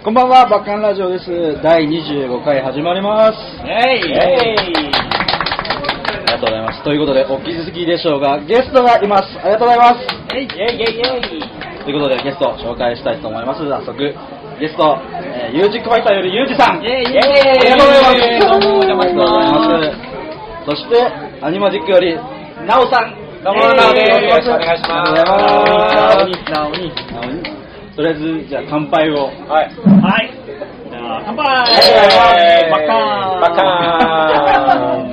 こんばんは、バッカンラジオです。第25回始まります。えいえいありがとうございます。ということで、お気づきでしょうが、ゲストがいます。ありがとうございます。えいえいえいえいということで、ゲストを紹介したいと思います。早速、ゲスト、えー、ユージックファイターよりユージさん。イェイイェイありがとうございます。どうもお邪魔してます。そして、アニマジックより、ナオさん。どうもナオですよろしくお願いしますありがとうございます。ナオに、ナオに。とりあえず、じゃあ乾杯を。はいはい。じゃあ、乾杯えーバッカーンバッカ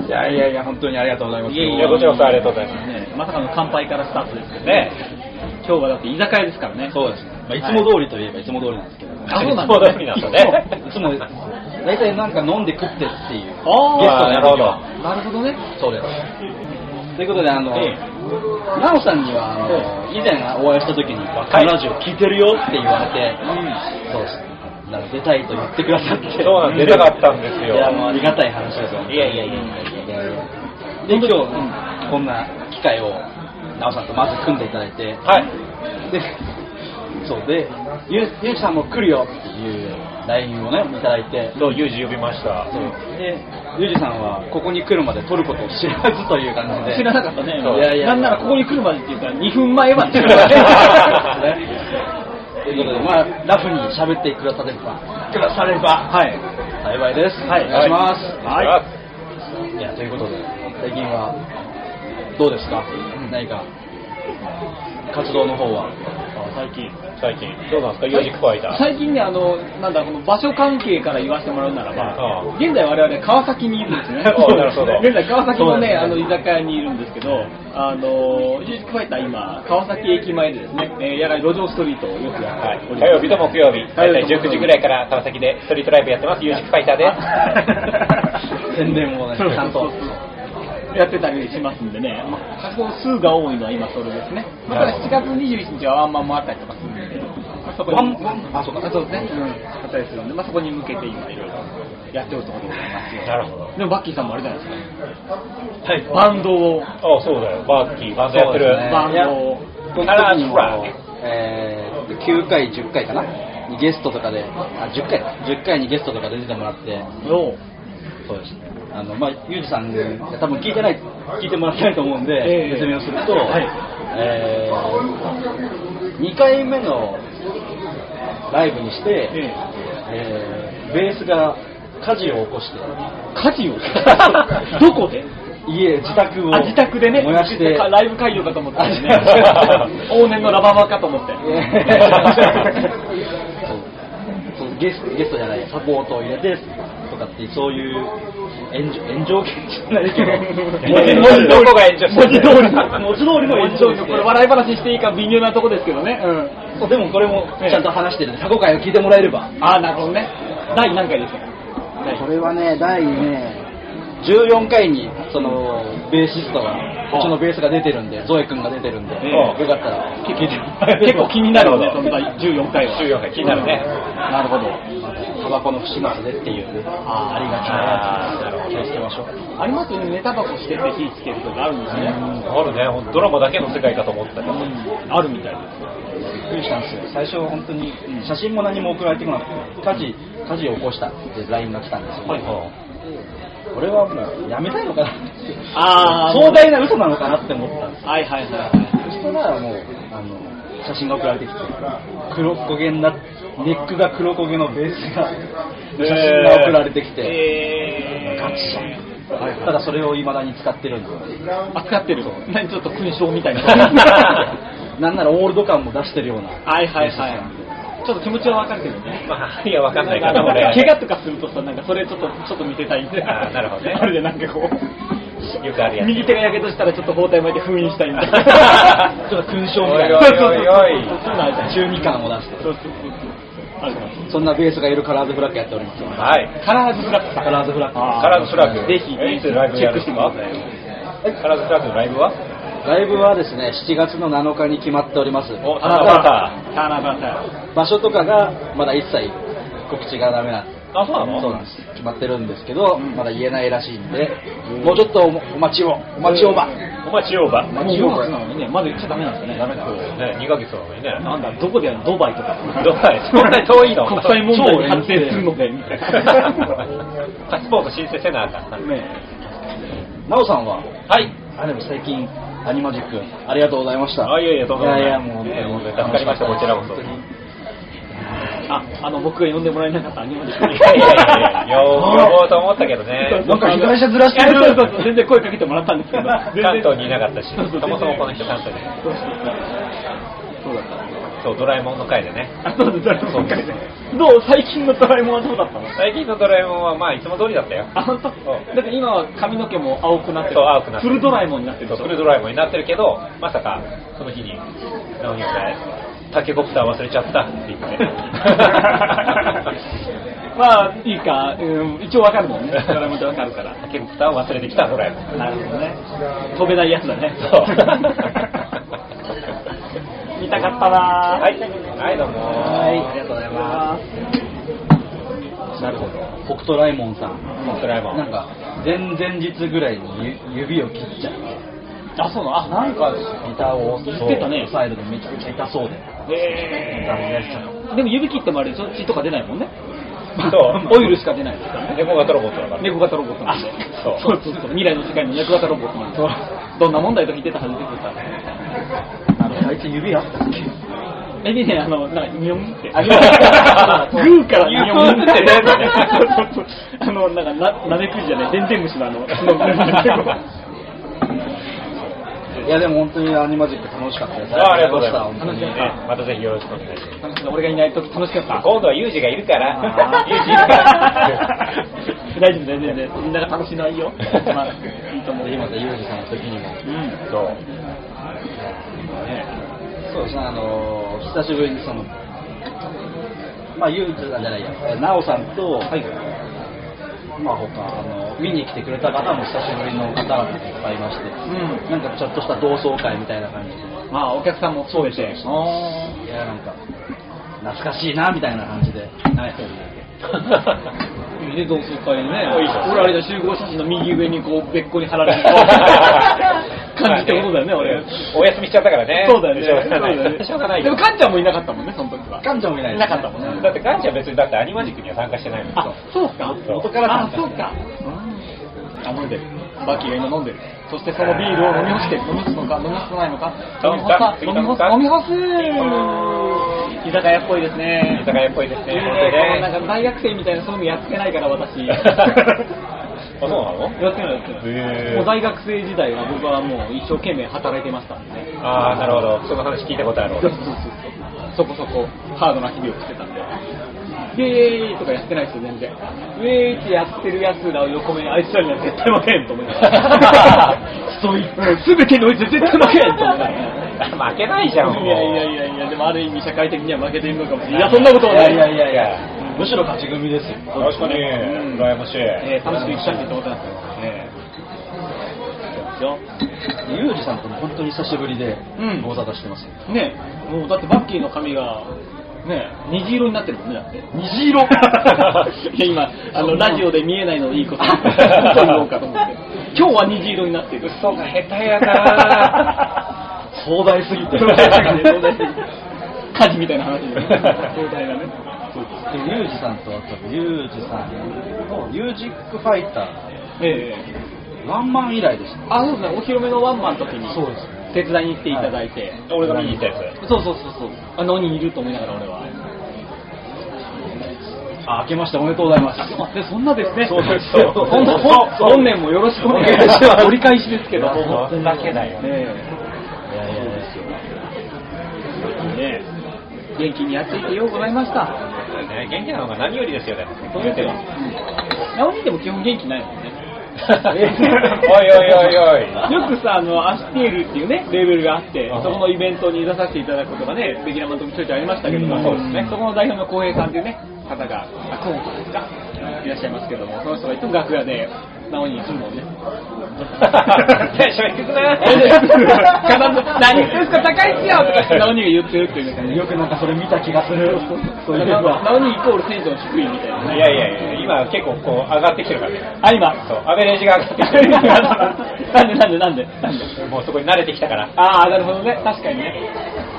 ーンいやいやいや、本当にありがとうございます。いえいえこちらこそありがとうございます ねまさかの乾杯からスタートですけどね。今日はだって居酒屋ですからね。そうですね。まあ、いつも通りといえばいつも通りなんですけど。あそうなんいつも通りなんだねいつも、大体なんか飲んで食ってっていう。あーゲストのなる時ほどは。なるほどね。そうです。ということで、あの、ナオさんには、あの、以前お会いした時に、若いラジオ聞いてるよって言われて、そうですね。なんか出たいと言ってくださって。そうなんです出たかったんですよいや、もうありがたい話ですよ。いやいやいいやいややで、今日、こんな機会を、ナオさんとまず組んでいただいて、はいで、そうで、ゆうゆうきさんも来るよっていう LINE をね、いただいて、どうユージ呼びましたで、ゆうじさんはここに来るまで撮ることを知らずという感じで。知らなかったね。そういやいやなんならここに来るまでっていうか、2分前 まで知らなかった。 ということで、まあ、ラフに喋ってくだされば、くだされば、はい。幸いです。はいお願いします。はいいや、ということで、最近は、どうですか何か、活動の方は。最近。最近どうなんですかユージックファイター最近ね、あの、なんだ、この場所関係から言わせてもらうならば、あ現在我々川崎にいるんです ね。あなるほど現在川崎のね、そうあですの、ね居酒屋にいるんですけど、あの、ジュージックファイター今、川崎駅前でですね、えーやはり路上ストリートをよくやはいっております。火曜日と木曜日火大曜体日と木曜日19時ぐらいから川崎でストリートライブやってますユージックファイターです宣伝もね、ちゃんと。やってたりしますんでね、まあ、活動数が多いのは今それですね。まあ、ただ7月21日はワンマンもあったりとかするんですけど、まあ、そこにワンワンあそうかあそうですね、うん、あったりするんで、まあ、そこに向けて今いろいろやっておるところでございますよ。なるほどでもバッキーさんもあれじゃないですはいか、バンドを、あそうだよバーキーバンドやってるそうですねバンドを、この時にも、えー、9回、10回かな、にゲストとかで、あ、10回、10回にゲストとか出てもらって、をそうですね。あの、まあ、ゆうじさんが多分聞いてない、聞いてもらってないと思うんで、ええ説明をすると、はいえー、2回目のライブにして、えええーベースが火事を起こして、火 事を、どこで家、自宅をあ自宅でね、燃やして、ライブ会場かと思ってねあ、 往年のラババかと思って。そうそうゲスゲストじゃないサポートを入れてとかってそういう炎上炎上劇じゃないけど文字どこが炎上してる文字通りの文字通りの炎上劇これ笑い話にしていいか微妙なとこですけどね。うん。そうでもこれもちゃんと話してるんで過去回を聞いてもらえればああ、なるほどね。第何回でした第これはね第ね14回にそのベーシストがうちのベースが出てるんでゾエ君が出てるんで、ええよかったら聞いてもらえれば結構気になる よね、なそるほの第14回は。 14回気になるねなるほど。タバコの不始末でっていうねあーありがちなやつ気をつけましょうありますよね、ネタ箱してて火つけるとかあるんですね。あるねほんとドラマだけの世界かと思ったけどあるみたいです。びっくりしたんですよ最初本当に写真も何も送られてこなくて火事火事を起こしたって LINE が来たんですよ、はいはい俺はもうやめたいのかなあー壮大な嘘なのかなって思ったんですよはいはいはい。そしたらもうあの写真が送られてきて黒焦げになネックが黒焦げのベースが写真が送られてきて、えー、ガチじゃん、ただそれをいまだに使ってるんですよ扱っ てる。何ちょっと勲章みたいな。なんならオールド感も出してるようなはいはいはい。ちょっと気持ちはわかるけどね。まあ針は分かんないかななんか俺怪我とかするとさ、なんかそれちょっと、ちょっと見てたいんで。あーなるほどねあれでなんかこよくあるやう、つ右手がやけどしたらちょっと包帯巻いて封印したいんで。 ちょっと勲章みたいなおおそいそううそうおいおいそういうのあるじゃん中二感を出してそうそうそうそう。あるかもしれそんなベースがいるカラーズフラッグやっておりますはいないカラーズフラッグカラーズフラッグあカラーズフラッグぜひえいつライブやるんですチかェックしカラーズフラッグのライブはライブはですね7月の7日に決まっておりますおただ七夕ターナーバター。場所とかがまだ一切告知がダメなんであ、そうなのそうなんです決まってるんですけど、うんまだ言えないらしいんで、もうちょっとお待ちをお待ちをば、お前、千代葉。もう5月なのにね、まだ言っちゃダメなんですよね。ダメだ。ね、2ヶ月なのにね。 なんだ、どこでやるドバイとか。どう だいそんなに遠いの国際問題に発展するので、みたい な。パスポート申請せなあかん。ねなおさんは、はい。あでも最近アニマジックありがとうございました。あ、いやいや、どうぞ。いやいやもう、ね助かりました、こちらこそ。本当にあ、あの、僕が呼んでもらえなかったアニマル いやいやいや、よー呼ぼうと思ったけどね。なんか被害者ずらしてるいやそうそう そう全然声かけてもらったんですけど、関東にいなかったし、そうそうそもそもこの人関東に。そうそうそうだった。そう、ドラえもんの回でね。あ、そうです、ドラえもん回でどう最近のドラえもんはどうだったの最近のドラえもんは、まあ、いつも通りだったよ。あ、本当。だって今は髪の毛も青くなってる。そう青くなってるフルドラえもんになってるそで うしょ フルドラえもんになってるけど、まさか、その日に、何をね、タケコプター忘れちゃったって言って。まあ、いいか、うん、一応わかるもんね。ドラえもんってわかるから。タケコプターを忘れてきたドラえもん。なるほどね。飛べないやつだね。そう 見たかったな。はい、はい、どうも。はい、ありがとうございますす。なるほど。北斗ライモンさん、ドラえもん。なんか前々日ぐらいにゆ指を切っちゃう。あ、そうなのあ、なんか、ギターを言ってたね押さえるのめちゃくちゃ痛そうで。えでも指切ってもあれでしょ血とか出ないもんね。そうオイルしか出ないですからね。ー猫型ロボットだから。猫型ロボットなんで。そうそうそうそう未来の世界の猫型ロボットなんで。どんな問題と聞いてたはずですから。あいつ指あったっけエビね、あの、なんか、ニョンって。あニグョン ーからニョンってニョンって出るのねそうそうそうあの、なんか、な、なめくじじゃない、でんでん虫のあの、角の部分いやでも本当にアニマジック楽しかったです。あありがとうございます。本当に楽しかっねまたぜひよろしくお願いします。楽しかった俺がいない時楽しかった。今度はユージがいるから。ユージいるから。 大丈夫だよ、全然。みんなが楽しないよ。まあ、いいと思う。今田裕二さんの時にも。うん。そう。そうですね、あのー、久しぶりにその、まあ、ゆうちさんじゃないや、えなおさんと、まあ、他、あの、見に来てくれた方も久しぶりの方々がいっぱいいまして、うなん。んかちょっとした同窓会みたいな感じで、まあ、お客さんもそうでしそうて。 そうあいや、なんか、懐かしいな、みたいな感じで、はい、一人ーいいね、同窓会ねおいいじゃん俺、あれだ、集合写真の右上にこう、べっこに 貼られる 感じってことだよね、俺。お休みしちゃったからね。そうだよね。しょうがない。しょそううだがなよねでいよも、。かんちゃんもいなかったもんね、その時は。かんちゃんもいないいですねなかったもんね。だって、カンちゃん別にだってアニマジックには参加してないもん。あ、そうか。そう元からあ、そうか。あ、飲んでる。バッキーが今飲んでる。そしてそのビールを飲み干して、飲み干すのか、飲み干さないのか。飲み干さ飲み干す、飲み干す。居酒屋っぽいですね。居酒屋っぽいですね。本当にえーなんね。か大学生みたいなそういうのやってないから 私やあ、そうなのってないやってない、へーもう大学生時代は僕はもう一生懸命働いてましたんでねああ、なるほど。その話聞いたことあるそう俺。そうそうそうそこそこハードな日々をしてたんでイエーイとかやってないですよ全然ウェーイってやってるやつらを横目にあいつらには絶対負けんと思いながらそういう全てにおいて絶対負けんと思いながら 負けないじゃん、もう。 いやいやいやいやでもある意味社会的には負けているのかもしれないいやそんなことはないいやいやいやや、むしろ勝ち組ですよ。よろしくね。羨ましい。えー楽しく行きたいってことなんですよええそうですよゆうじさんとも本当に久しぶりでうん、ご無沙汰してますよ。ねえもうだってバッキーの髪がねえ虹色になってるもんねだって虹色いや 今あのラジオで見えないのをいいこと にそう言おうかと思って今日は虹色になってる嘘が下手やな 壮大すぎて。 火事みたいな話で壮大なねでユージさんと会った時ユージさんのミュージックファイタええーワンマン以来でしたあそうですねお披露目のワンマンの時にそうですね手伝いに来ていただいて、俺が見に行ったやつ。そうそうそうそうあの鬼いると思いながら俺はあ明けましておめでとうございますあでそんなですねそうですそう本当そう本年もよろしくお願いします折り返しですけど本当にだけだよねいやいやですよえねえ元気にやっていてようございましたね元気なのが何よりですよね。そうですよナオミでも基本元気ないもんねおいおいおいおい。よくさあのアシティールっていうねレーベルがあってあそこのイベントに出させていただくことがねレギュラーマンともちょいちょいありましたけどもうんそうですねそこの代表の 浩平さんっていうね方があ今回ですかいらっしゃいますけどもその人がいつも楽屋でなおに行くもんね。テンション低くない 必ず何言ってるんですか高いっすよとか、なおにが言ってるっていうのがね。よくなんかそれ見た気がする。そういえば。なおにイコールテンション低いみたいなね。いやいやいや、今結構こう上がってきてるからね。あ、今。そう、アベレージが上がってきてる。なんでなんでなんでなんでもうそこに慣れてきたから。ああ、なるほどね。確かにね。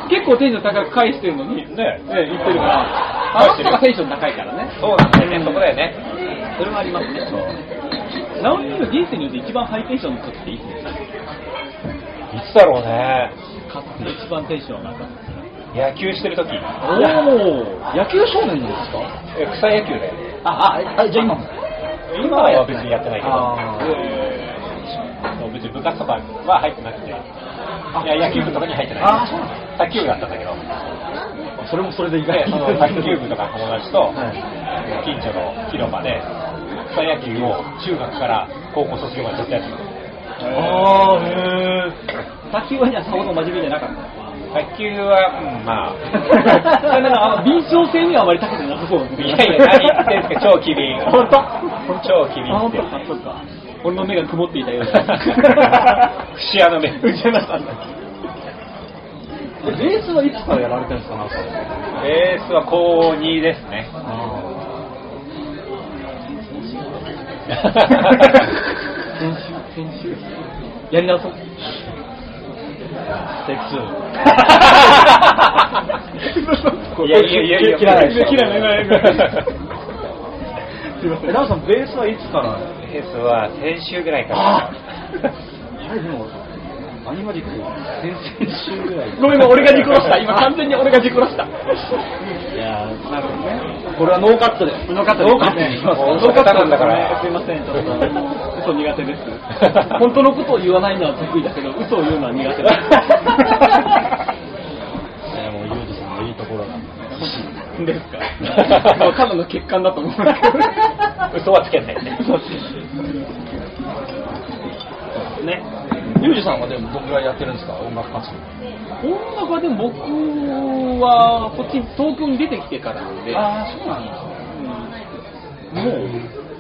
結構テンション高く返してるのに、ね、ね言ってるから。あ返のしてる人がテンション高いからね。そうなんだよね、そこだよね。それはありますね。そう。ナオミの人生において一番ハイテンションの時っていつですかいつだろうね。かつて一番テンション上がった。野球してる時おお、野球少年なんですかえ草野球だよね。あ、あ、あじゃあ今も。今は別にやってないけど。あえーそう別に部活とかは入ってなくて。いや、野球部とかに入ってない。あそうなん卓球部だったんだけど。ーそれもそれで意で外、その卓球部とか友達とはい、近所の広場で、草野球を中学から高校卒業までずっとやってた。あー、へ卓球はね、さほど真面目じゃなかった。卓球は、うん、まあ、なんか、あの、敏捷性にはあまり長けてなさそうですいやいや、何言ってんですか、超機敏。本当超機あ、敏っ本て当。か、そうか。俺の目が曇っていたよう だ。節穴目。節穴さんえ。ベースはいつからやられてるんですかなんかベースは高2ですね。先週、先週。やり直そう。ステッいやいやいやいや、切らないでしょ切らない切らないプ2。え、ラウさん、ベースはいつからベースは先週ぐらいからあ。あれでも、アニマリック、先々週ぐらい。ごめんごめん、俺が事故らした。今完全に俺が事故らした。いやーなるほどね。これはノーカットで。ノーカットノーカットでいきます。ノノーーカットなんだからすいません、ちょっと嘘苦手です。本当のことを言わないのは得意だけど、嘘を言うのは苦手いでやもうユージさんのいいところなんだ。す。ですか。もうただの欠陥だと思う。嘘はつけないね。ね。ユージさんはでもどんぐらいやってるんですか音楽活動。音楽はでも僕は、こっち東京に出てきてからなんで、ああ、そうなんもう、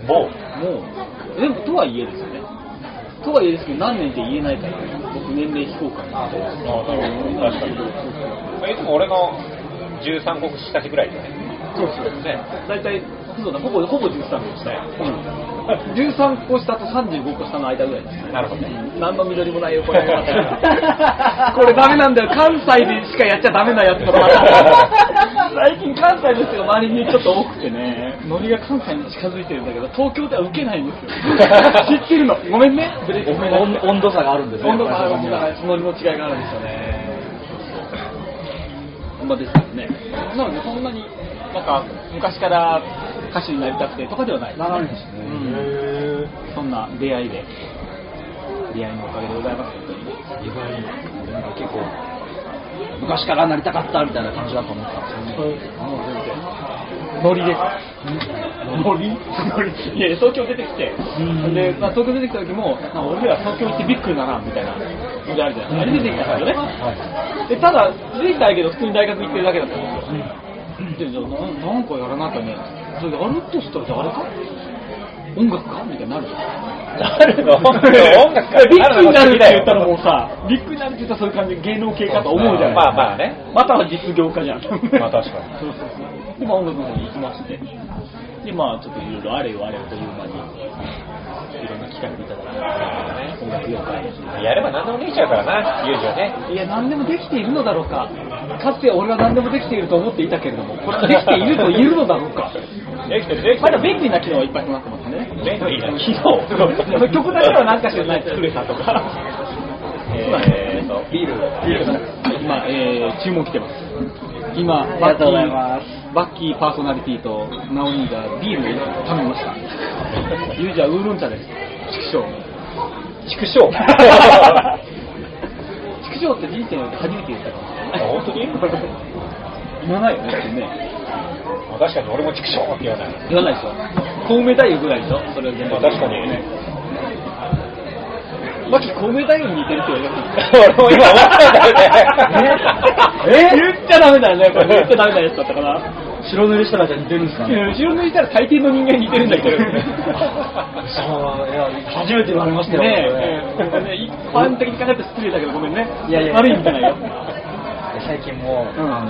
もう、でもとはいえですよね。とはいえですけど、何年って言えないから、僕年齢非公開なんで。あ確かにまあいつも俺の13国下ぐらいだね。そうですね。大体、そうだ、ほぼ、ほぼ13個下や。うん。13個下と35個下の間ぐらいですね。なるほどね。何の緑もないよ、これ。 これダメなんだよ。関西でしかやっちゃダメなやつとか。 最近関西の人が周りにちょっと多くてね、ノリが関西に近づいてるんだけど、東京では受けないんです よ。知ってるの。ごめんね。ブレーキ踏めなくて温温度差があるんですね。温度差やっぱりそこにはがノリの違いがあるんですよね。まあですよね。なのでそんなになんか昔から歌手になりたくてとかではない。ならないですねうんそんな出会いで出会いのおかげでございます。意外になんか結構昔からなりたかったみたいな感じだと思ったんですよね。もう全然ノリです。ノリ？ノリ。いや東京出てきてうん、で、まあ、東京出てきた時も、なんか俺ら東京行ってびっくりだなみたいなのがあるじゃない。あれ出てきたんですよね。はでただ、出てきたけど、普通に大学行ってるだけだったんですよ。で、じゃあ、ななんかやらなきゃね。それで、あるとしたら、じゃああれか音楽かみたいになるじゃん。な るの音楽びっくりになるって言ったらもうさ、びっくりになるって言ったらそういう感じで芸能系かと思うじゃないまあまあね。または実業家じゃん。まあ確か に。そうそうそう。で、まあ音楽の方に行きまして。で、まあちょっといろいろあれよあれよという間に、いろんな機会をいただいて、音楽業界に。やれば何でもできちゃうからな、ユージはね。いや、何でもできているのだろうか。かつて俺は何でもできていると思っていたけれども、これはできていると言えるのだろうか。できてる、できまてだる。便利な機能はいっぱい備わってますね。便利な機そう 能。曲だけは何かしらない作れたとか。えーと、ビール。今、えー、注文来てます。今、ありがとうございまバッキーパーソナリティとナオニーがビールを頼みました。ユージはウーロン茶です。畜畜生。生。畜生って人生において初めて言ったかもしれない。あ本当に言わないよね、普通ね。まあ確かに俺も畜生って言わない。言わないでしょ。コウメ太夫ぐらいでしょ、それは全まあ確かに。マキ、コウメ太夫に似てるって言われた。 俺も今思ったんだよね。 え言っちゃダメだよね、これ言っちゃダメなやつだったかな。白塗りしたらじゃあ似てるんですかね後ろ向いたら大抵の人間似てるんだけ ど。そういや初めて言われましたよねえ、これね一般的に考えて失礼だけどごめんね。いやいや悪いんじゃないよ。最近も、うんあの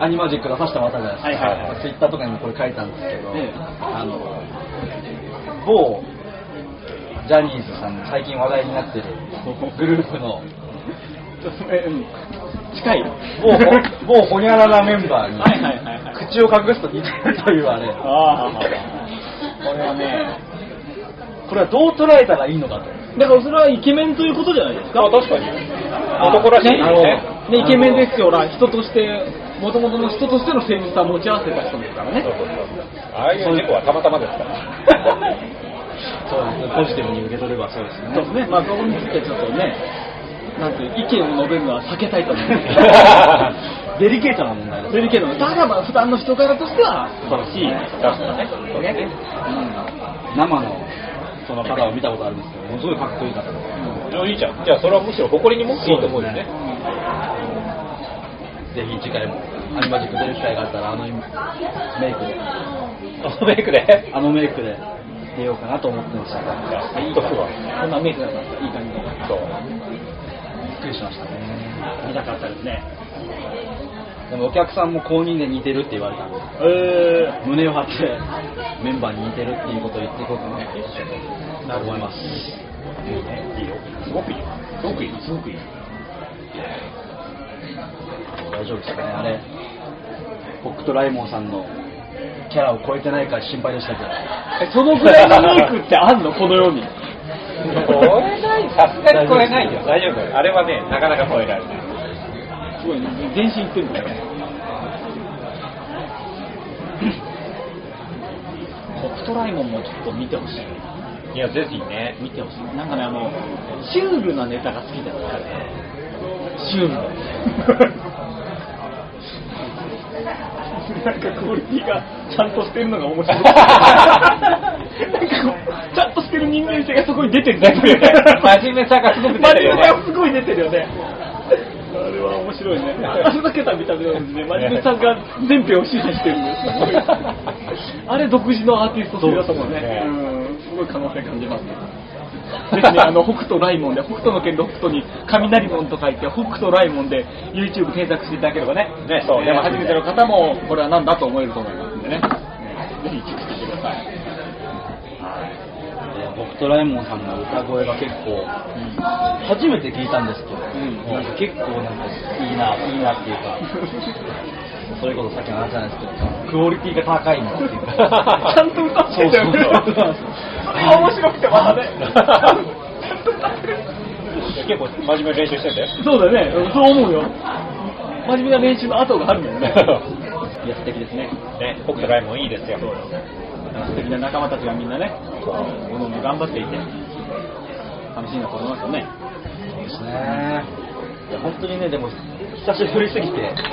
アニマジック出させてもらったじゃないですか、はいはいはいツイッターとかにもこれ書いたんですけど、ええあの某ジャニーズさんの最近話題にな ってるグループのえうん近い。 某某ホニャララメンバーにはいはいはいはい。口を隠すと似てるというあれああ、これはね、これはどう捉えたらいいのかとだからそれはイケメンということじゃないですか。あ 確かに男らしいですねねねイケメンですよ、ほら、人として、もともとの人としての誠実さを持ち合わせた人ですからそうね。そうそうああいう事故はたまたまですからそうですポジティブに受け取ればそうです ねそうですね、まあ、そこについてちょっとね、なんていう、意見を述べるのは避けたいと思います。 デリケートな問題ですそれけど、ただまあ、普段の人柄としては素晴らしい。確かにねそうね。生のその方を見たことあるんですけどものすごいかっこいい方でいいじゃんじゃあそれはむしろ誇りに持っていいと思うよねぜひ次回もアニマジック出る機会があったらあのメイクであのメイクあのメイク でで出ようかなと思ってましたがいいとこはこんなメイクだったらいい感じの。そうびっくりしましたね見たかったですね。でもお客さんも公認で似てるって言われたんでえ胸を張ってメンバーに似てるっていうことを言っていこうかなと思いますいいよすごくいいよすごくいいすごくいい大丈夫ですかねあれ僕とライモンさんのキャラを超えてないか心配でしたけどえそのぐらいのメイクってあんのこの世に。超えないさすがに超えないよ大丈夫あれはねなかなか超えられないすごい、全身いってるんだよ。北斗ライモンもちょっと見てほしい。いやぜひね見てほしい。なんかね、あの、シュールなネタが好きだからね。シ ュールだね。なんかクオリティがちゃんとしてるのが面白い。なんかこう、ちゃんとしてる人間性がそこに出てるだけで。真面目さがすごく出てるよ真面ね目さがすごい出てるよね。あれは面白いね。あふざけた見た目なのにね、真面目さが全編を支配 してるんですごい。あれ独自のアーティスト性だと思うね。うんすごい可能性感じますね。ぜひね、あの、北斗ライモンで、北斗の剣で北斗に雷門と書いて、北斗ライモンで YouTube 検索していただければね、ねそうえーね初めての方も、これは何だと思えると思いますん でね、ぜひチェックしてください。えー僕とライモンさんの歌声が結構初めて聞いたんですけど、んなんか結構なんかいいないいなっていうかそれこそさっきの話じゃないですけどクオリティが高いなっていう かちゃんと歌ってたよそうそね。うそうそれが面白くてまたね。 結構真面目に練習してんだ よそうだね、うんそう思うよ。真面目な練習の後があるもんね。いや、素敵ですね。ね北斗ライモンいいですよ素敵な仲間たちがみんなね、おのおの頑張っていて、楽しいなと思いますよね。そうですねいや本当にねでも久しぶりすぎて若干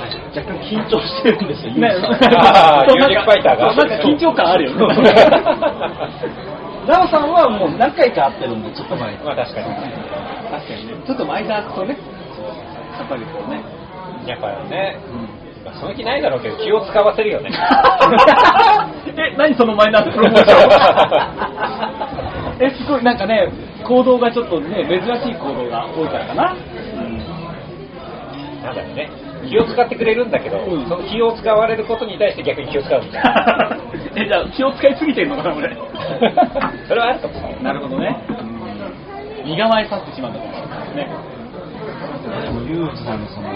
緊張してるん ですよ、ね今あ ーユージックファイターがそうなんか緊張感あるよね。ラオさんはもう何回か会ってるんでちょっと前にまあ確かに確かにね。 ちょっと前だとね、やっぱりこう ね。やっぱねまあその気ないだろうけど気を使わせる よねえ、何そのマイナープ ロモーションえ、すごい、なんかね、行動がちょっとね、珍しい行動が多いからか な。なんだろうね気を使ってくれるんだけど、うんその気を使われることに対して逆に気を使うみ たいなえ、じゃあ気を使いすぎてるのかな、 俺。それはあるかもしれないなるほどね。身構えさせてしまったかもしれないですね。でもユージさんのそのうん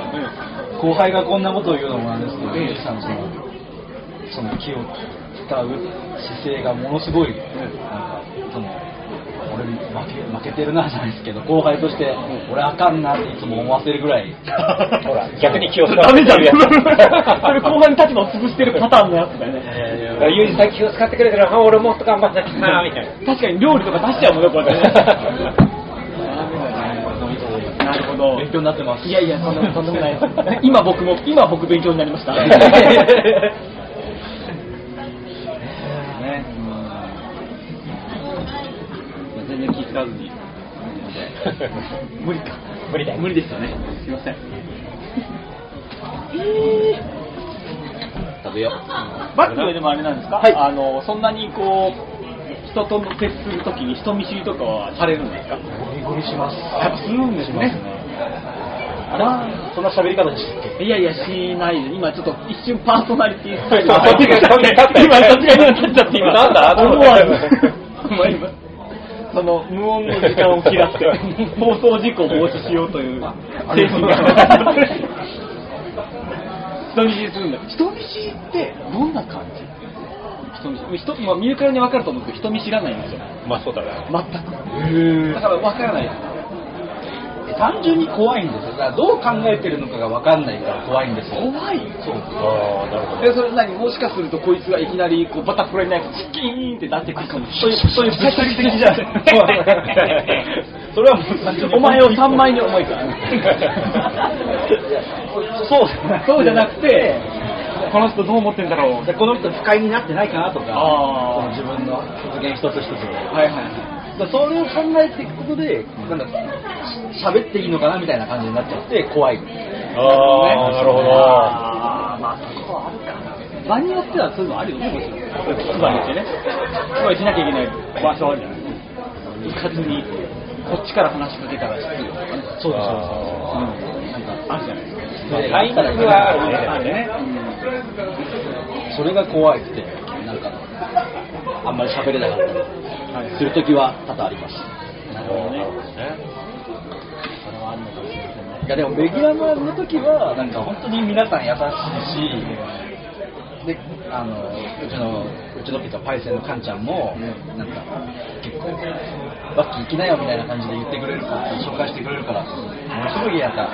後輩がこんなことを言うのもなんですけど、ゆうじさんのそのその気を使う姿勢がものすごい、なんかその俺負け負けてるなじゃないですけど、後輩として、俺あかんなっていつも思わせるぐらい、ほら逆に気を使ダわせメじゃてん。るやつそれ後半に立場を潰してるパターンのやつだよね。ユージさん気を使ってくれてるあ俺もっと頑張んなきゃなみたいな確かに料理とか出しちゃうもんね、これね。 なるほど。勉強になってます。いやいや、とんでもとんでもない。今僕も、今僕勉強になりました。ね、うん全然気づかずに。無理か。無理だよ無理ですよね。すいません。べよう。バック上でもあれなんですか、はいあのそんなにこう人と接するときに人見知りとかはされるんですかゴリゴリします。やっぱするんですねあれそんな喋り方でしたっけいやいやしないで今ちょっと一瞬パーソナリティスタイルそうがそっちがそ今そっちが今立っちゃっちがって今なんだ思わず思わずその無音の時間を嫌って放送事故を防止しようというあ精神が人見知りするんだ人見知りってどんな感じ人見知り人、まあ、見るからに分かると思うんですけど人見知らないんですよまあそうだね。全くへだから分からないですえ単純に怖いんですよ。だからどう考えてるのかが分かんないから怖いんです よ。怖いそう。ああ、なるほえそれ何もしかするとこいつがいきなりこうバタフライナイフチキーンって出してくるかもしれないそういう物理的じゃないそれはもう単純に お前を三枚に重 いからそうじゃなくてそうじゃなくてこの人どう思ってんだろうでこの人不快になってないかなとかあーその自分の発言一つ一つではいはいだからそれを考えていくことでなんかし喋っていいのかなみたいな感じになっちゃって怖いど。ああ、なるほど。あーまあそこはあるかな場によってはそういうのあるよねもちろんつまりってねつまりしなきゃいけない場所あるじゃない行かずにこっちから話しかけたら失礼とかねそうですうんなんかあるじゃないですかタイミングはあるねあるね、うんそれが怖いってなんかあんまり喋れなかったはいりする時は多々ありますなるほどね。ねそれはあるのかもしれませんね。いやでもレギュラーの時はなんか本当に皆さん優しいしであのうちのうちのピザパイセンのカンちゃんもなんか結構「バッキー行きなよ」みたいな感じで言ってくれるから紹介してくれるからものすごいなんか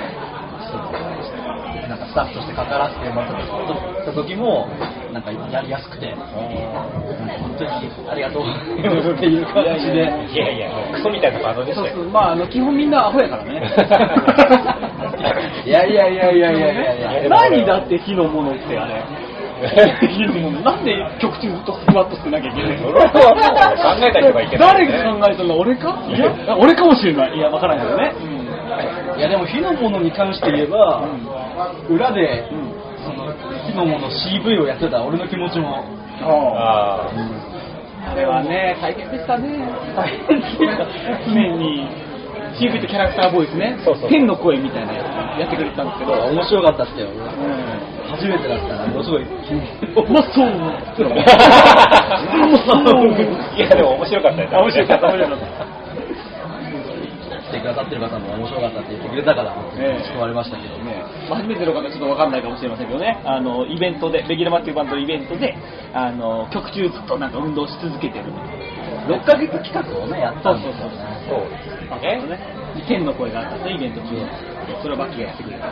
そうなんかスタッフとして関わらせてもらった時もなんかやりやすくてなんか本当にありがとうっていう感じでいやいや、クソみたいなバンドでしそたうそう、よ。まあ、あの、基本みんなアホや からね。いやいやいやいやいやいやいや何だって火のものってあれ。火のもの。なんで曲中ずっとスクワットしてなきゃいけないそれはもう考えた人がいけない、誰が考えたの俺かいや、俺かもしれない。いや、わからないけどね。いやでも火のものに関して言えば、裏で、うん。うん。その火のもの CV をやってた俺の気持ちもあああ。れはね、対決したね。大変っていうか常に、シークってキャラクターボイスね。そうそう天の声みたいなやつやってくれてたんですけど。面白かったっすようん初めてだったからものすごい気にうまそう ってのいや、でも面白かったよ。面白かった、面白かった。してくださってる方も面白かったって言ってくれたからええ救われましたけどねね、初めての方ちょっとわかんないかもしれませんけどね、あの、イベントで、レギュラマっていうバンドのイベントで、あの、曲中ずっとなんか運動し続けてるみたいな。 6ヶ月企画をねやったんですよそうそうそうですあね。ね、天の声があったんですね、イベント中はそれをバッキーがやってくれた。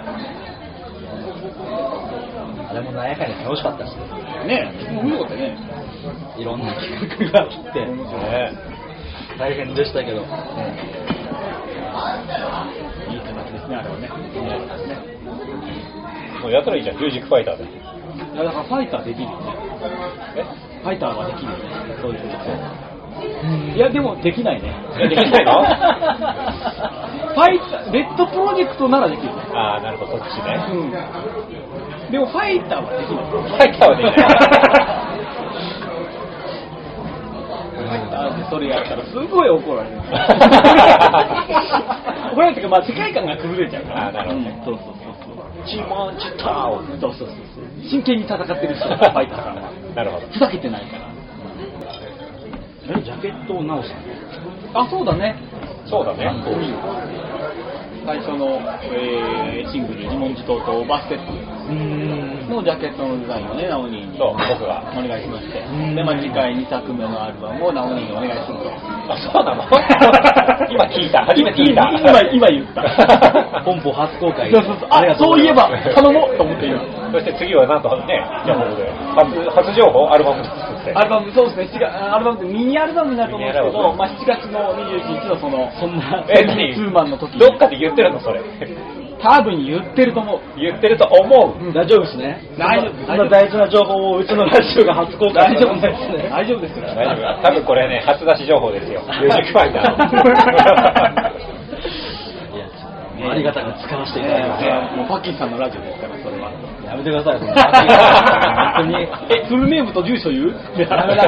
あれもなんやかんや楽しかったっすよね、面白かったね。いろんな企画が来てね大変でしたけどいい形ですね、あれはね。もうやったらいいじゃん、ミュージックファイターで。いや、だからファイターできるよね。えファイターはできるよね。そういうこと。いや、でもできないね。えできないの ファイター、レッドプロジェクトならできるね。ああ、なるほど、そっちね。でもファイターはできフなァイターはできない。い。でそれやったらすごい怒られる。 怒られるっていうか、まあ、世界観が崩れちゃうから。あなるほどねうんそうそうそうそう。チモンチタオそうそうそうそう。真剣に戦ってる人、ファイターさんは。なるほど。 ふざけてないから。ジャケットを直したのあ、そうだね。そうだね。最初の、えーシングル、自問自答とオーバーステップうんのジャケットのデザインをね、ナオニーにそうお、僕が。願いしましてうん、で、まあ、次回2作目のアルバムをナオニーにお願いすると。あ、そう なの 今聞いた。初めて聞いた。今、今言っ た。本邦初公開そうそうそう。あ、そういえば、頼もうと思って今。そして次はなんとね、じゃあもうね初、初情報アルバム作って。アルバム、そうですね、7アルバムってミニアルバムになると思うんですけミニアルバど、ムまあ、7月の21日のその、そんなえ、何ツーマンの時にどっかで言ってるのそれ。多分言ってると思う。言ってると思う。大丈夫ですね大丈夫そんな大事な情報をうちのラジオが初公開大丈夫でですすね。大丈夫ですよ。大丈夫多分これね、初出し情報ですよ。ミュージックファイターの。いやありがたく使わせていただきまもうパッキーさんのラジオですから、それは。す。やめてください、そん本当に。え、フルネームと住所言う ダメだ。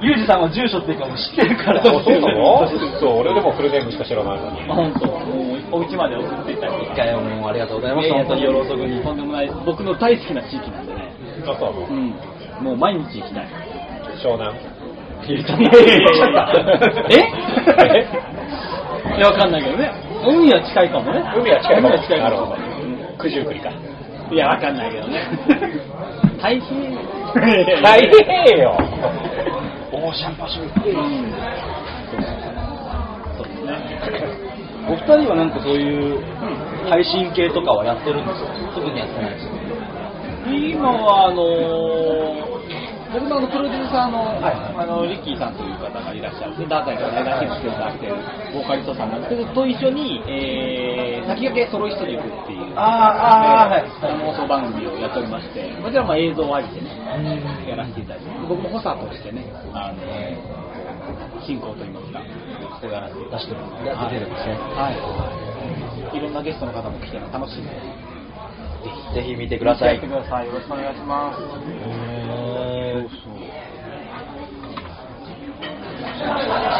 ユージさんは住所っていうかもう知ってるから。 そうそうなのそうそうそう、俺でもフルネームしか知らないのに。本当。もうお家まで送っていただいて。一回はもうありがとうございまいしやた。本当にいやよろしくに。とんでもないです。僕の大好きな地域なんでね。あ、そううもん。もう毎日行きたい。湘南。いやえいやいやや、わかんないけどね。海は近いかもね。海は近いかも海は近いかなるほもど。九十九里か。いや、わかんないけど ね。大変。大変 よ。オーシャンパシフィック。うん。そうですね。お二人はなんかそういう配信系とかはやってるんですか特にやってないですよね。今は、あのー、僕のあのプロデューサーの,、はいはいあのリッキーさんという方がいらっしゃるんですね、ダザイから出してきていただいてるボーカリストさんなんですけど、と一緒に、えー、先駆け揃い一人行くっていう、あーあーはいあの放送番組をやっておりまして、もちろんまあ映像をありてね、やらせていただいて、僕も補佐としてね、あの進行といいますか、そうやらせていただ出いしててる。出てるんですね。はい。いろんなゲストの方も来てるの楽しみでぜす。ひ見てくださいやって。ください。よろしくお願いします。そうそう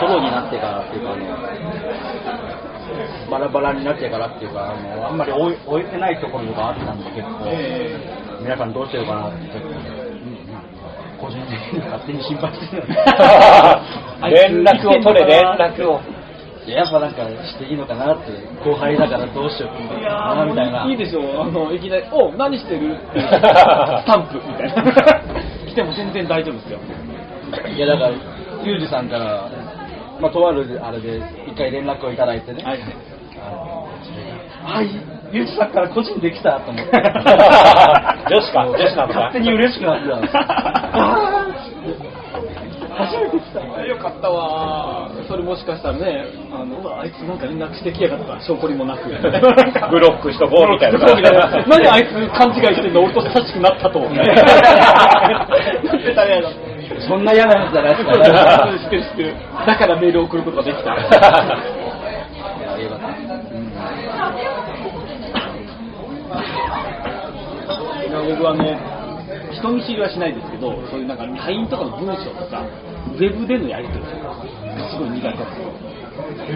ソロになってからっていうかあのバラバラになってからっていうかあのあんまり追い追えてないところがあったんで結構、皆さんどうしてるかなってちょっと、個人的に勝手に心配 してる 連絡を取れ、連絡を。いややっぱなんかしていいのかなって後輩だからどうしよういかなみたいないいでしょう、あのいきなり、お何してるって いうスタンプみたいな、来 ても全然大丈夫ですよ。いやだからユージさんから、まあ、とあるあれで一回連絡をいただいてね、はい、はい、ゆうきさんから個人できたと思 って。女子か女子なのか勝手に嬉しくなってたんです初めて来た。よかったわー、それもしかしたらね、あのうわあいつなんか連絡してきやがった、証拠にもなく、 ブロックしとこうみたいなブロックしとこうみたいな何あいつ勘違いしてんだ、俺と親しくなった と、なってたねそんな嫌なやつじゃないですから ね知ってる知ってるだからメールを送ることができたいや よかったいや僕はあの人見知りはしないですけどそういうなんか LINE とかの文章とかウェブでのやり取りとかすごい苦手なんですよへ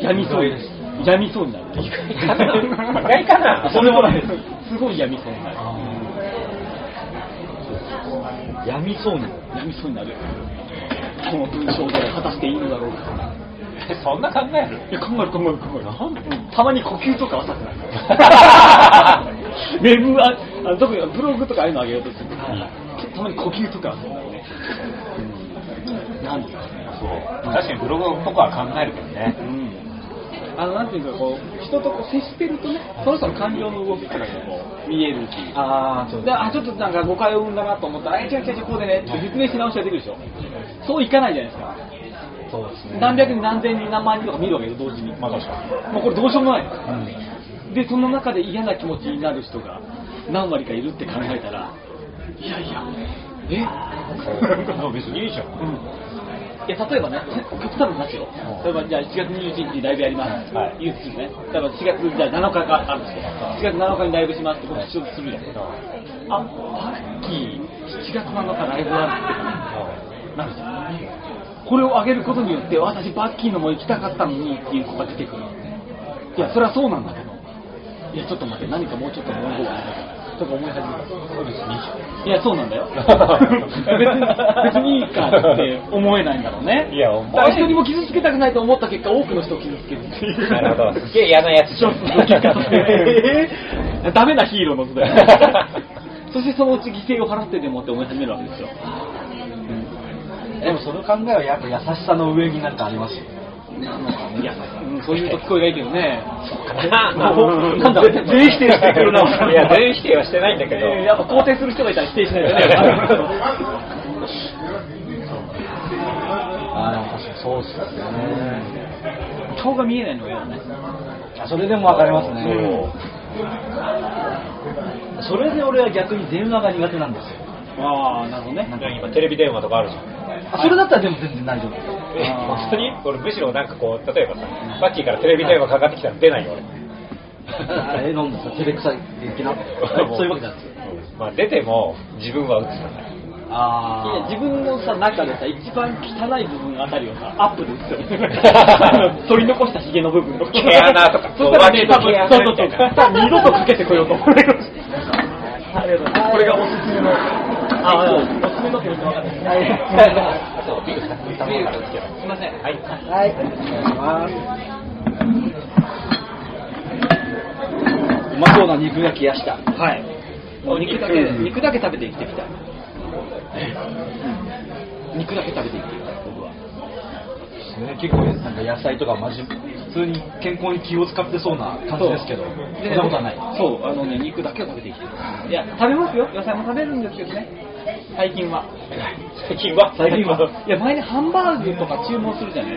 えやみそうですやみそうになる意かな意外かなそんでもないですすごいやみそうになるやみそうに。やみそうになるこの文章で果たしていいのだろうかそんな考えるいや考える考える考えるうんたまに呼吸とか浅くなるウェブああ特にブログとかああいうの上げようとするときにたまに呼吸とか浅くなるね、なんでそう。確かにブログのとこは考えるけどね。あのなんていうかこう人とこう接してるとねその人の感情の動きとかがこう見えるしああ、そうであちょっとなんか誤解を生んだなと思ったら「え違う違う違うこうでね」って説明し直しができるでしょそういかないじゃないですかそうですね。何百人何千人何万人とか見るわけよ同時にまあ確かに。もうこれどうしようもないですうんでその中で嫌な気持ちになる人が何割かいるって考えたらいやいやえ、もう別にいいじゃん。うん、いや例えばね極端な話よ例えばじゃあ1月21日にライブやります、はい言うとするね例えば4月じゃあ7日があるんですよ4月7日にライブしますって告知をするじゃん、あパッキー7月7日ライブあるってなるじゃんこれを上げることによって私バッキーのも行きたかったのにっていう子が出てくるいやそれはそうなんだけどいやちょっと待って何かもうちょっと文言がないかとか思い始めたそうですね。いや、そうなんだよ。別に、別にいいかって思えないんだろうね。いや思えないあ人にも傷つけたくないと思った結果、多くの人を傷つけるっていう。なるほど。すげえ嫌なやつじそゃ。うんえーダメなヒーローの図だよ。そしてそのうち犠牲を払ってでもって思い始めるわけですよ。でもその考えはやっぱ優しさの上になんかありますよ。いや、うんそういうと聞こえがいいけどね。 なんだ全否定してくるない や、全否定はしてないんだけど。えーやっぱ肯定する人がいたら否定しないとね。 ああ、でも確かにそうですよね。顔が見えないのが嫌だね。あそれでもわかりますね。そうそれで俺は逆に電話が苦手なんですよ。ああ、なるほどね。今テレビ電話とかあるじゃん。あそれだったらでも全然大丈 夫。え、あー本当に俺むしろなんかこう、例えばさ、バッキーからテレビ電話かかってきたら出ないよ、俺。 あ え、なんですか、照れくさい的な。そういうわけじゃないですよ。まあ出ても自分は映さない。あいーや自分のさ中でさ一番汚い部分あたりをさアップですよ取り残したヒゲの部分とか毛穴とかそしたらね多分脇の毛穴そうそうそうみたいなさ二度とかけてこようと思いますありがとうございますこれがおすすめのあおすすめのって言って分かんないはそう、ビールさん、ビールからつけます。すいませんはい。い、ありがとうございます。うまそうな肉焼きやした。はいもう肉だけうん肉だけ食べて生きてきたい、うん肉だけ食べて生きてきたい僕は結構なんか野菜とかまじ普通に健康に気を使ってそうな感じですけど、そそうでんなことはない。そうあのね肉だけを食べて生きてるいや食べますよ野菜も食べるんですけどね最近は最近は最近は。いや前にハンバーグとか注文するじゃな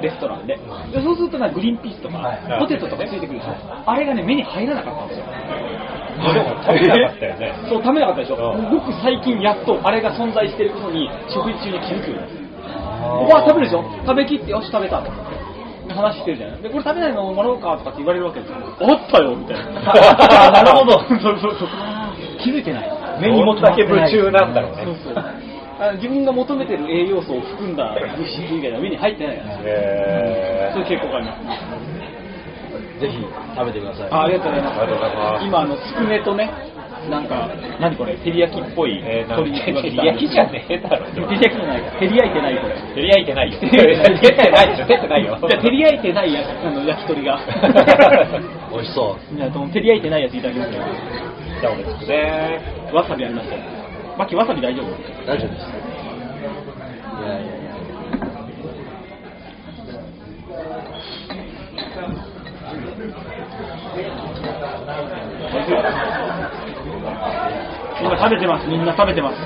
いですか、レストランででそうするとなんかグリーンピースとか、はいポテトとかついてくるでしょ、あれがね目に入らなかったんですよ食べなかったよね。そう食べなかったでしょうん僕最近やっとあれが存在してることに食事中に気づくようになった僕は食べるでしょ食べきってよし食べたと話してるじゃないでこれ食べないのもらおうかとかって言われるわけですよあったよみたいななるほど そうそうそう気づいてない目にもだけ夢中なんだろうそうそうね。あの自分が求めてる栄養素を含んだ物質以外は目に入ってないからえそういう傾向がありますぜひ食べてください。あありがとうございますありがとうございます今あのつくねとねなんか何これ照り焼きっぽいえーなん鶏肉が照り焼きじゃねえだろ照り焼きじゃない照り焼いてないこれー、照り焼いて ないよ。照り焼いてないでしょ、照ってないよ。じゃあ照り焼いてないやつあの焼き鳥が 美味しそう。じゃあとも照り焼いてないやついただきますよじゃあ俺つくねわさびありましたよマキわさび大丈夫大丈夫です。いやいやいや。今食べてますみんな食べてます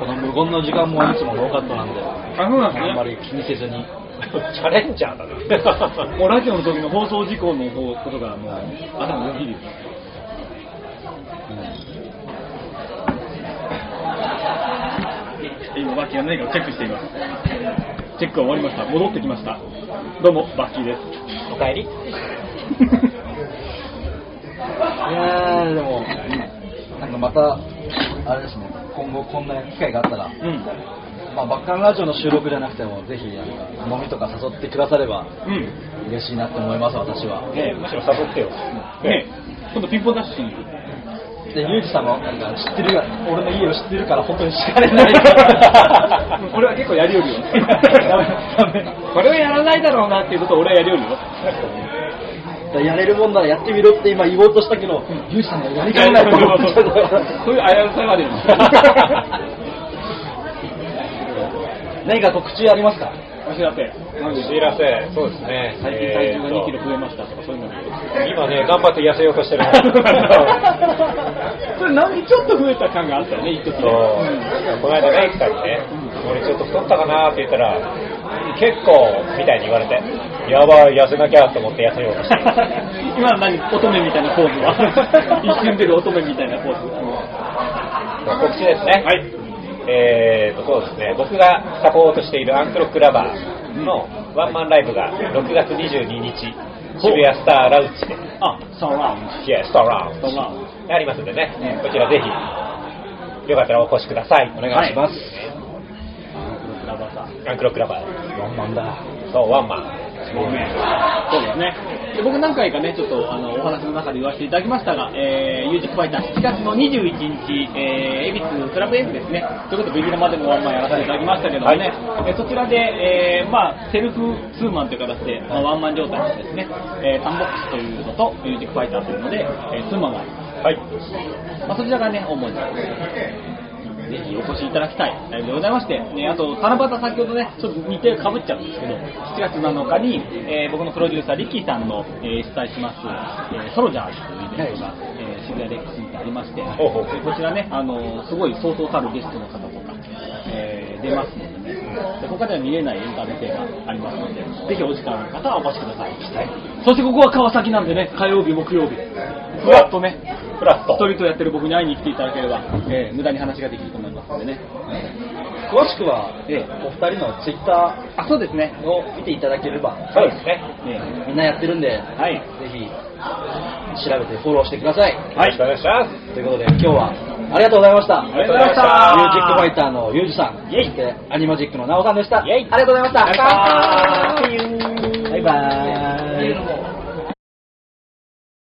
この無言の時間もいつもノーカットなんで、あそうなんあんまり気にせずに。チャレンジャーだね。もうラジオの時の放送事項のことがもう頭よぎる今バッキーが何かをチェックしていますチェックが終わりました戻ってきましたどうもバッキーですおかえり。いやー、でも、なんかまた、あれですね、今後こんな機会があったら、うんまあ、バッカンラジオの収録じゃなくても、ぜひなんか飲みとか誘ってくださればうん嬉しいなって思います、私は。ねえむしろ誘ってよ。ねえ今度ピンポンダッシュしに行 くで、ユージさんもなんか知ってるから、俺の家を知ってるから、本当に知られないから。うん これは結構やりよるよダメダメこれはやらないだろうなっていうことを俺はやりよるよだからやれるもんならやってみろって今言おうとしたけど、ユージさんがやりかねないと思ってたからそういう危う さがあるよ何か告知ありますかお知らせお知らせ、そうですね。最近体重が2キロえ増えましたとかそういうのでーと今ね、頑張って痩せようとしてる。それなんかちょっと増えた感があったよね一時そうで、うんこの間メイクさんにね、俺ちょっと太ったかなって言ったら、結構みたいに言われて、やばい、痩せなきゃと思って痩せようとしてる。今の何乙女みたいなポ ーズは一瞬出る乙女みたいなポーズ告知ですね。はい。えーと、そうですね、僕がサポートしているアンクロックラバーのワンマンライブが6月22日、渋谷スターラウンジで、あサラウンいや、スターラウンドサラウンジでありますんでね、こちらぜひ、よかったらお越しください。おお願いします。ドラバーさんアンクロックラバー。ワンマンだ。そう、ワンマン。そうですね。で僕何回かね、ちょっとあのお話の中で言わせていただきましたが、えー、ユージックファイター7月の21日、えー、恵比寿クラブ F ですね。ということで、ビギナーまでもワンマンやらせていただきましたけどもね、えーそちらで、えーまあセルフツーマンという形で、まあ、ワンマン状態にしてですね、えー、サンボックスというのと、ユージックファイターというので、えー、ツーマンがあります。まはい。あ、そちらがね、主に。ぜひお越しいただきたいライブでございまして、ね、あと、七夕先ほどね、ちょっと日程かぶっちゃうんですけど、7月7日に、えー僕のプロデューサー、リッキーさんの、えー主催します、えーソロジャーズというイベントが、えー渋谷レックスにてありまして、ほうほうでこちらね、あのすごいそうそうたるゲストの方とか、えー出ますのでね、で他では見れないエンタメ性がありますので、ぜひお時間ある方はお越しください。そしてここは川崎なんでね、火曜日、木曜日、ふわっとね、フラット。ストリートやってる僕に会いに来ていただければ、えー無駄に話ができると思いますのでね。詳しくは、ええお二人のツイッタあ、そうですね。ーを見ていただければ、そうですね。ええみんなやってるんで、ぜはい。ひ調べてフォローしてください。はい。よろしくお願いします。ということで、今日はありがとうございました。りがとうございましたミュージックファイターのユージさん、イェイそしてアニマジックのナオさんでした。イェイありがとうございました。ありがとうございましたバイバイ。